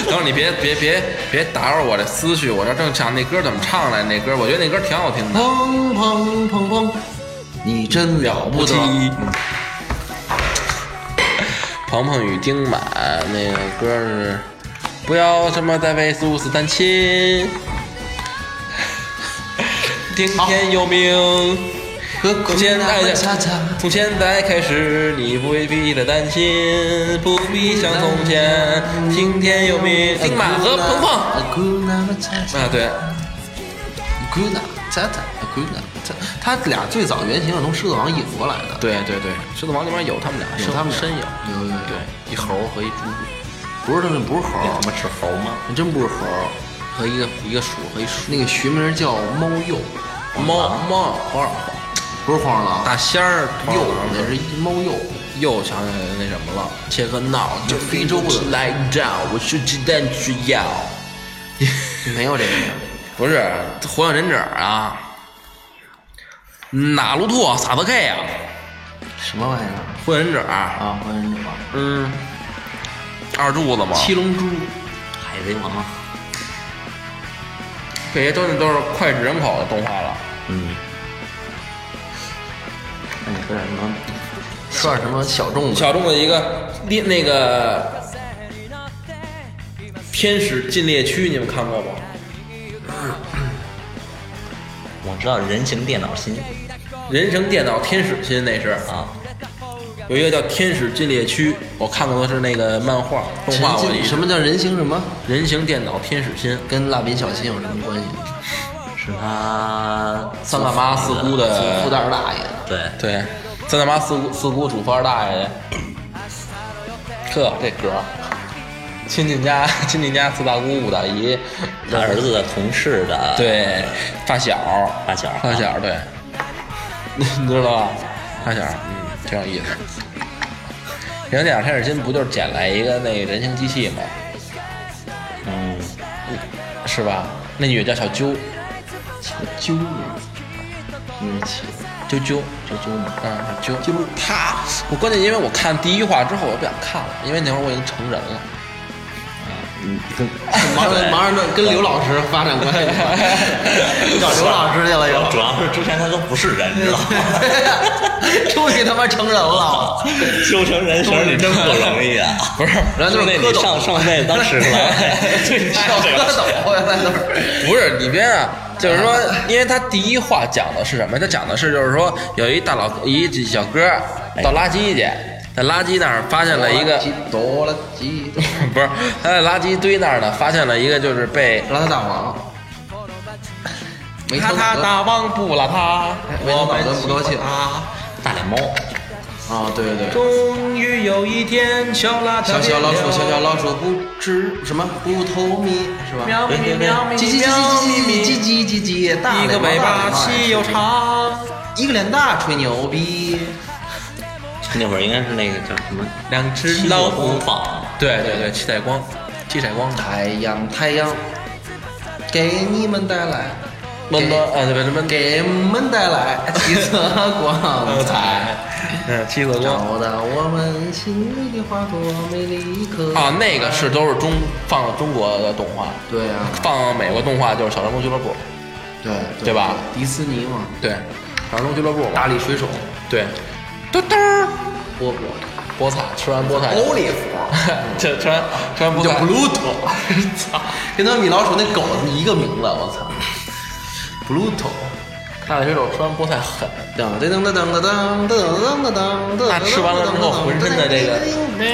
Speaker 1: 等会儿你别别别别打扰我这思绪，我这正想那歌怎么唱来。那歌我觉得那歌挺好听的。
Speaker 2: 砰砰砰砰，你真了不得！
Speaker 1: 鹏鹏与丁满那个歌是，不要什么再为苏斯担心。听天由命，
Speaker 2: 和
Speaker 1: 从
Speaker 2: 国
Speaker 1: 现在
Speaker 2: 恰恰
Speaker 1: 从现在开始，你不必再担心，不必像从前。听天由命，丁满哎和鹏鹏啊，对，
Speaker 2: ，Guna 恰恰，Guna 恰，他俩最早原型是从《狮子王》引过来的，
Speaker 1: 对对对，狮子王里面有他们俩，
Speaker 2: 有他们俩
Speaker 1: 身影，
Speaker 2: 有有有，
Speaker 1: 对，一猴和一猪，
Speaker 2: 不是他们不是猴儿，
Speaker 3: 他妈是猴吗？
Speaker 2: 真不是猴儿，
Speaker 1: 和一个一个鼠和一鼠，
Speaker 2: 那个学名叫猫鼬，
Speaker 1: 猫猫黄
Speaker 2: 不是黄鼠狼，
Speaker 1: 大仙儿
Speaker 2: 鼬
Speaker 1: 又
Speaker 2: 那是猫鼬，
Speaker 1: 又想起来那什么了，切克闹，就
Speaker 2: 非洲的
Speaker 1: 来照，我是鸡蛋需要，
Speaker 2: 没有这个，
Speaker 1: 不是火影忍者啊，哪路拓萨德 K 啊，
Speaker 2: 什么玩意儿
Speaker 1: 火影忍者，
Speaker 2: 啊？火影忍者，
Speaker 1: 嗯，二柱子嘛，
Speaker 2: 七龙珠，
Speaker 3: 海贼王，
Speaker 1: 这些都是都是脍炙人口的动画了。
Speaker 3: 嗯。那你说点什么？
Speaker 2: 串什么小众的，
Speaker 1: 小众的一个猎那个天使禁猎区，你们看过吗？
Speaker 3: 我知道人形电脑心
Speaker 1: 人形电脑天使心那是
Speaker 3: 啊，
Speaker 1: 有一个叫天使禁猎区，我看过的是那个漫画动画，
Speaker 2: 人
Speaker 1: 我嗯
Speaker 2: 形什么叫人形什么？
Speaker 1: 人形电脑天使心，
Speaker 2: 跟蜡笔小新有什么关系？
Speaker 3: 是他
Speaker 1: 三大妈四姑
Speaker 2: 富
Speaker 1: 的
Speaker 2: 袋 大爷，
Speaker 3: 对，
Speaker 1: 对，三大妈四姑四姑主富二大爷，呵这歌儿，亲戚家亲戚家四大姑五大姨，
Speaker 3: 他儿子的同事的
Speaker 1: 对发小
Speaker 3: 发小
Speaker 1: 发小 对，你你知道吧？发小嗯挺有意思。人形电脑天使心不就是捡来一个那人形机器吗？
Speaker 3: 嗯，
Speaker 1: 是吧？那女的叫小啾，
Speaker 3: 揪嗯，起
Speaker 1: 啾啾，
Speaker 3: 这揪嘛，
Speaker 1: 嗯，小啾啾。她，我关键因为我看第一话之后我就不想看了，因为那会儿我已经成人了。
Speaker 3: 嗯，跟
Speaker 2: 忙着忙着跟刘老师发展关 系，找刘老师去了又
Speaker 3: 主要是之前他都不是人，知道吗？
Speaker 2: 终于他妈成 人了，啊
Speaker 3: 修成人形儿你真不容易啊！不是，
Speaker 2: 然后就是
Speaker 3: 那
Speaker 2: 蝌
Speaker 3: 你
Speaker 2: 蚪
Speaker 3: 上上辈子当屎壳郎，对，
Speaker 2: 小蝌
Speaker 3: 这个
Speaker 2: 蚪原来 都是。
Speaker 1: 不是里边啊，就是说，因为他第一话讲的是什么？他讲的是就是说有一大老一小哥到垃圾去，在垃圾那儿发现了一个，
Speaker 2: 多了鸡，
Speaker 1: 不是他在垃圾堆那儿呢，发现了一个就是被
Speaker 2: 邋遢大王，没
Speaker 1: 他
Speaker 2: 头
Speaker 1: 他
Speaker 2: 脑
Speaker 1: 大王不拉他，
Speaker 2: 没头
Speaker 1: 我
Speaker 2: 脑
Speaker 1: 们
Speaker 2: 都不高兴
Speaker 1: 啊。
Speaker 3: 大脸猫，
Speaker 2: 啊！对对对，
Speaker 1: 终于有一天，小邋遢
Speaker 2: 小小老鼠，
Speaker 1: 变了
Speaker 2: 小小老鼠不知什么不偷咪是吧？哎
Speaker 1: 喵咪
Speaker 3: 对对对
Speaker 1: 喵咪
Speaker 2: 叽叽叽
Speaker 1: 喵咪
Speaker 2: 叽叽叽叽叽叽叽，大
Speaker 1: 一个
Speaker 2: 脸猫
Speaker 1: 尾巴
Speaker 2: 大
Speaker 1: 细
Speaker 2: 脸
Speaker 1: 又
Speaker 2: 猫
Speaker 1: 长，
Speaker 2: 一个脸大吹牛逼，
Speaker 3: 那会儿应该是那个叫什么
Speaker 1: 两只
Speaker 3: 七
Speaker 1: 老
Speaker 3: 色
Speaker 1: 虎
Speaker 3: 公。放，
Speaker 1: 对对对，七彩光，七彩光塔。
Speaker 2: 太阳太阳，给你们带来
Speaker 1: 闷多啊，对不是闷多。
Speaker 2: 给你们带来七色光彩，
Speaker 1: 嗯，七色光。
Speaker 2: 照到我们心里的花朵美丽可
Speaker 1: 啊，那个是都是中放了中国的动画，
Speaker 2: 对啊，
Speaker 1: 放美国动画就是《小神龙俱乐部》，
Speaker 2: 对
Speaker 1: 对吧？
Speaker 2: 迪斯尼嘛，
Speaker 1: 对，《小神龙俱乐部》嘛，
Speaker 2: 大力水手，
Speaker 1: 对，嘟嘟儿，
Speaker 2: 波波，
Speaker 1: 菠菜吃完菠菜，
Speaker 2: 欧利弗，
Speaker 1: 这 吃完吃完菠
Speaker 2: 哦叫
Speaker 1: 菜，
Speaker 2: Pluto，操， 跟他米老鼠那狗一个名字，我操，Pluto，
Speaker 1: 大力水手吃完菠菜狠，
Speaker 2: 噔噔噔噔噔噔噔噔噔噔噔，
Speaker 1: 他吃完了之后浑身的这个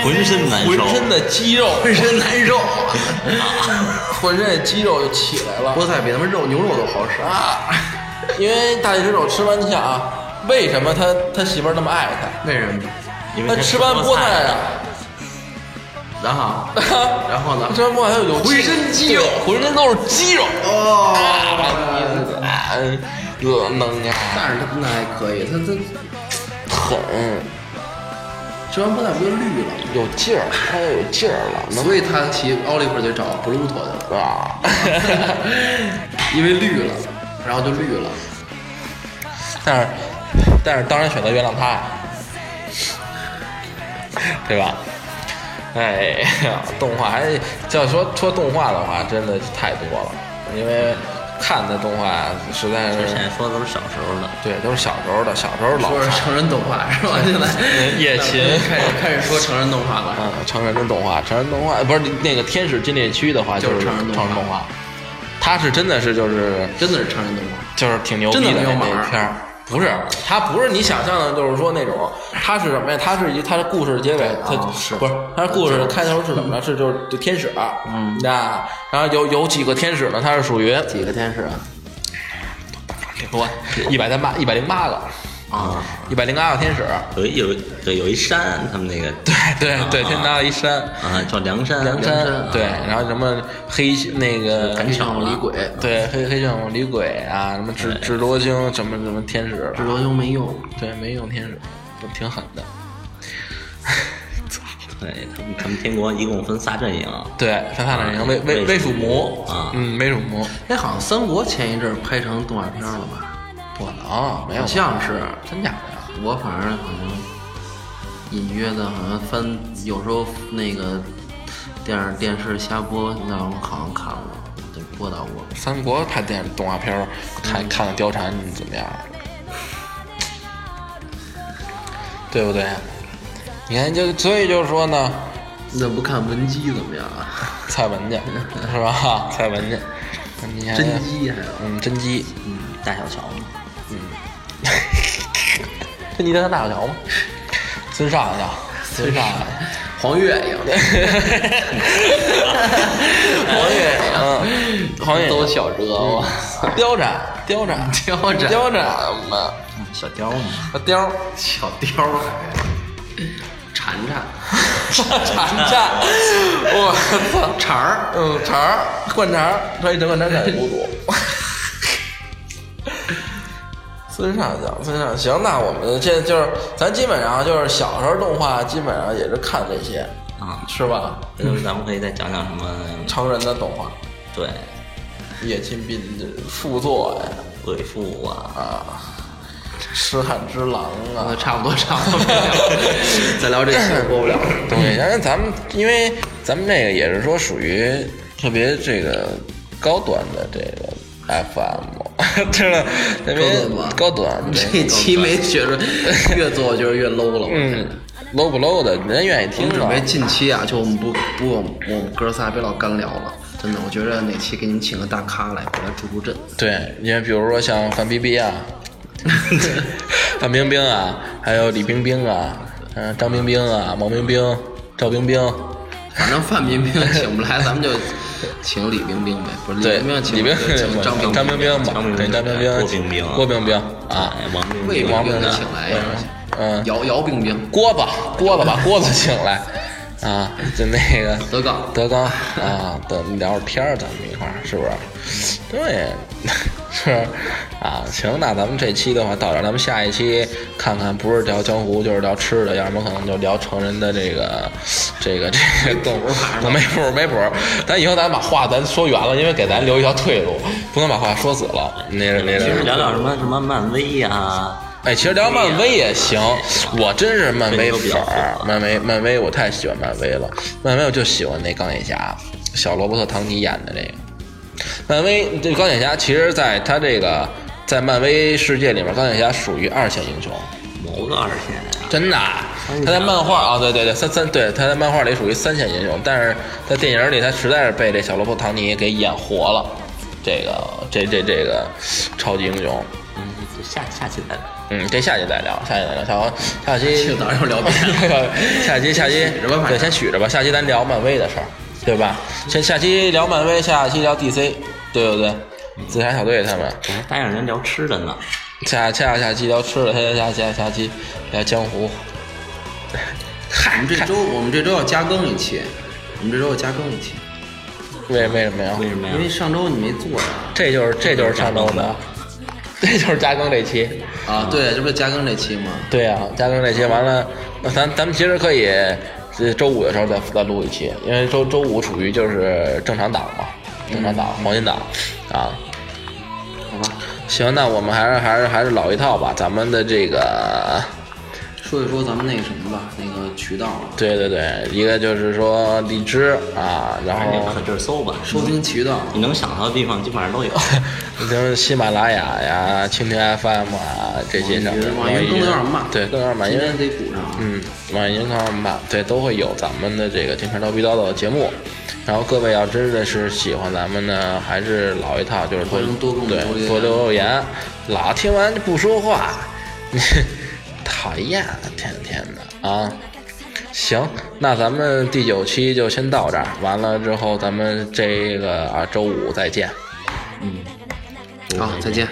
Speaker 3: 浑身难受，
Speaker 1: 浑身的肌肉，
Speaker 2: 浑身难受，
Speaker 1: 浑身的肌肉就起来了。
Speaker 2: 菠菜比他们肉牛肉都好吃啊，
Speaker 1: 因为大力水手吃完，你想啊，为什么他他媳妇儿那么爱他？
Speaker 2: 为什么？
Speaker 3: 因为
Speaker 1: 他
Speaker 3: 他
Speaker 1: 吃完菠
Speaker 3: 菠
Speaker 1: 菜啊
Speaker 3: 了。
Speaker 2: 然后， 然后呢
Speaker 1: 他？吃完菠菜他有
Speaker 2: 浑身肌肉
Speaker 1: 对浑身都是肌肉。
Speaker 2: 哦，
Speaker 1: 啊，恶弄啊，
Speaker 2: 但是他那还可以，他他。
Speaker 1: 狠，
Speaker 2: 吃完菠菜不就绿了？
Speaker 1: 有劲儿，他有劲儿了，
Speaker 2: 所以他骑奥利弗就找布鲁托去了，
Speaker 1: 能啊！
Speaker 2: 因为绿了，然后就绿了。
Speaker 1: 但是，但是当然选择原谅他呀，对吧？哎呀，动画还要说说动画的话，真的太多了，因为看的动画实在
Speaker 3: 之
Speaker 1: 是，
Speaker 3: 前说的都是小时候的，
Speaker 1: 对，都是小时候的，小时候老
Speaker 2: 说是
Speaker 1: 看。
Speaker 2: 成人动画是吧？ 现在
Speaker 1: 夜勤
Speaker 2: 开始开始说成人动画了。
Speaker 1: 嗯，成人动画，成人动画不是那个《天使禁猎区》的话，
Speaker 2: 就是
Speaker 1: 是
Speaker 2: 成人动画
Speaker 1: 成人动画，他是真的是就是
Speaker 2: 真的是成人动画，
Speaker 1: 就是挺牛逼
Speaker 2: 真的没
Speaker 1: 那
Speaker 2: 有码儿
Speaker 1: 那片儿。不是，它不是你想象的，就是说那种，它是什么呀？它是一，它的故事结尾，它、
Speaker 2: 啊是
Speaker 1: 不是？它故事开头是怎么着？是就是就天使，嗯，那然后有有几个天使呢？它是属于
Speaker 2: 几个天使啊？
Speaker 1: 我一百零八一百零八个，
Speaker 2: 啊，
Speaker 1: 一百零八个天使，
Speaker 3: 有一有一对有一山，他们那个
Speaker 1: 对对对，天拿了一山，
Speaker 3: 啊叫梁山，啊
Speaker 1: 梁
Speaker 2: 山
Speaker 1: 山，对，然后什么黑那个
Speaker 3: 赶
Speaker 2: 黑
Speaker 3: 紧
Speaker 2: 旋风李鬼，
Speaker 1: 对黑黑旋风李鬼啊，什么智智多星什么什么天使了，
Speaker 2: 智多星没用，
Speaker 1: 对，没用天使，都挺狠的。
Speaker 3: 对他们他们天国一共分仨阵营，
Speaker 1: 对，他看
Speaker 2: 啊
Speaker 1: 了人威威威
Speaker 3: 威
Speaker 1: 属
Speaker 3: 属
Speaker 1: 魔
Speaker 3: 魔啊
Speaker 1: 嗯，威属魔，
Speaker 2: 哎，好像三国前一阵儿拍成动画片了吧？
Speaker 1: 不能没有
Speaker 2: 好，像是，
Speaker 1: 真假的呀？
Speaker 2: 我反正好像隐约的，好像翻有时候那个电视电视瞎播，那我好像看过，就播到过。
Speaker 1: 三国拍电影动画片儿，看
Speaker 2: 嗯
Speaker 1: 看看貂蝉怎么样？对不对？你看就所以就是说呢，
Speaker 2: 那不看文姬怎么样啊？
Speaker 1: 蔡文去是吧？蔡文去，你看
Speaker 2: 真姬还有
Speaker 1: 嗯真姬，
Speaker 3: 嗯，大小乔嘛，
Speaker 1: 这你跟他大小乔吗？孙尚去，孙尚去。
Speaker 2: 黄月呀，
Speaker 1: 黄月，嗯，黄月
Speaker 2: 都小折嘛，
Speaker 1: 貂蝉，貂蝉，
Speaker 2: 貂蝉
Speaker 1: 貂蝉嘛，
Speaker 3: 嗯小雕嘛，
Speaker 1: 貂儿，
Speaker 2: 小貂儿还 蝉蝉，
Speaker 1: 蝉蝉，我操，
Speaker 2: 蝉儿，
Speaker 1: 嗯，肠儿，灌肠儿，穿一整灌肠儿，不补。孙尚讲，孙尚行，那我们这就是咱基本上就是小时候动画，基本上也是看这些，
Speaker 3: 啊，
Speaker 1: 是吧？
Speaker 3: 那就是咱们可以再讲讲什么？
Speaker 1: 成人的动画，
Speaker 3: 对，
Speaker 1: 叶亲斌的副作呀，
Speaker 3: 鬼父啊，
Speaker 1: 啊，痴汉之狼啊，
Speaker 2: 啊，差不多，差 不多，再聊这些过不了。
Speaker 1: 对，然后咱们因为咱们这个也是说属于特别这个高端的这个 FM，知 道特别
Speaker 2: 高端吗
Speaker 1: 高端，
Speaker 2: 这期没学 出，越做我觉得越 low 了。我
Speaker 1: 嗯，low 不 low 的，人愿意
Speaker 2: 我
Speaker 1: 听
Speaker 2: 们准
Speaker 1: 啊
Speaker 2: 备。近期啊，就我们不不，我们我们哥仨别老干聊了，真的，我觉得哪期给你们请个大咖来，过来助助阵。
Speaker 1: 对，因为比如说像范冰 冰啊，范冰冰啊，还有李冰冰啊，嗯、张冰冰啊，毛冰冰，赵冰冰，
Speaker 2: 反正范 冰冰请不来，咱们就请李冰冰呗，不是李
Speaker 1: 对
Speaker 2: 冰，冰请
Speaker 1: 李冰
Speaker 2: 就请张冰
Speaker 1: 张冰冰嘛
Speaker 3: 张冰，冰
Speaker 1: 对，张冰冰，
Speaker 3: 郭
Speaker 1: 郭冰
Speaker 3: 冰冰
Speaker 1: 冰啊，
Speaker 3: 哎，王冰
Speaker 2: 魏
Speaker 3: 冰，
Speaker 2: 冰
Speaker 1: 王
Speaker 2: 冰
Speaker 1: 冰
Speaker 2: 请来呀，
Speaker 1: 嗯。
Speaker 2: 姚姚冰冰，
Speaker 1: 锅巴，锅巴把锅巴请来，啊，就那个
Speaker 2: 德纲
Speaker 1: 德纲啊，等聊会儿天儿，咱们一块儿是不是？对，是啊，行，那咱们这期的话到这儿，咱们下一期看看，不是聊江湖就是聊吃的，要么可能就聊成人的这个这个这个动物，没谱儿没谱儿，咱以后咱把话咱说圆了，因为给咱留一条退路，不能把话说死了，那个那个。
Speaker 3: 其实啊聊聊什么什么漫威啊呀，
Speaker 1: 哎，其实聊漫威也行，我真是漫威粉儿。漫威，漫威，我太喜欢漫威了。漫威我就喜欢那钢铁侠，小罗伯特·唐尼演的这个。漫威这钢铁侠，其实在他这个在漫威世界里面，钢铁侠属于二线英雄，
Speaker 3: 某个二线呀，
Speaker 1: 真的。啊他在漫画啊，对对对，三三对，他在漫画里属于三线英雄，但是在电影里，他实在是被这小罗伯特·唐尼给演活了。这个这这这个超级英雄，
Speaker 3: 嗯，就下下期再聊。
Speaker 1: 嗯，这下期再聊，下期再聊，下下期
Speaker 2: 就早上聊遍
Speaker 1: 下期下期
Speaker 2: 先许着吧反正
Speaker 1: 对，先许着吧，下期咱聊漫威的事儿，对吧？先下期聊漫威，下期聊 DC，对不对？紫霞小队他们，
Speaker 3: 我还答应人聊吃的呢，
Speaker 1: 下下下期聊吃的，下下下下期聊江 湖，
Speaker 2: 我们这周我们这周要加更一期，我们这周要加更一期，
Speaker 1: 为为什么呀？
Speaker 3: 为什么呀
Speaker 2: 因？为上周你没做啊呀。
Speaker 1: 这就是这就是上周的，这就是加更这期。
Speaker 2: 啊，对，这不是加更这期吗？
Speaker 1: 对啊，加更这期完了，那咱咱们其实可以，呃，周五的时候再再录一期，因为周周五属于就是正常档嘛，正常档、黄金档啊。
Speaker 2: 嗯好吧，
Speaker 1: 行，那我们还是还是还是老一套吧，咱们的这个，
Speaker 2: 说一说咱们那个什么吧，那个渠道啊，
Speaker 1: 对对对，一个就是说荔枝啊，然
Speaker 3: 反正
Speaker 1: 后
Speaker 2: 哎
Speaker 3: 你可劲儿搜吧，
Speaker 2: 收听渠道。
Speaker 3: 你能想到的地方基本上都有。
Speaker 1: 就是喜马拉雅呀、蜻蜓 FM 啊这些上面，
Speaker 2: 网易云网易云更有点慢
Speaker 1: 对，更有点慢，因
Speaker 2: 今
Speaker 1: 为
Speaker 2: 天得补上啊。
Speaker 1: 嗯，网易云看看吧，对，都会有咱们的这个《金牌刀逼刀》的节目。然后各位要真的是喜欢咱们呢，还是老一套，就是多
Speaker 2: 欢迎多给我们留
Speaker 1: 对
Speaker 2: 言
Speaker 1: 多留留言，老听完就不说话， 讨厌，天天的啊！行，那咱们第九期就先到这儿，完了之后咱们这个啊周五再见。
Speaker 2: 嗯好，再见。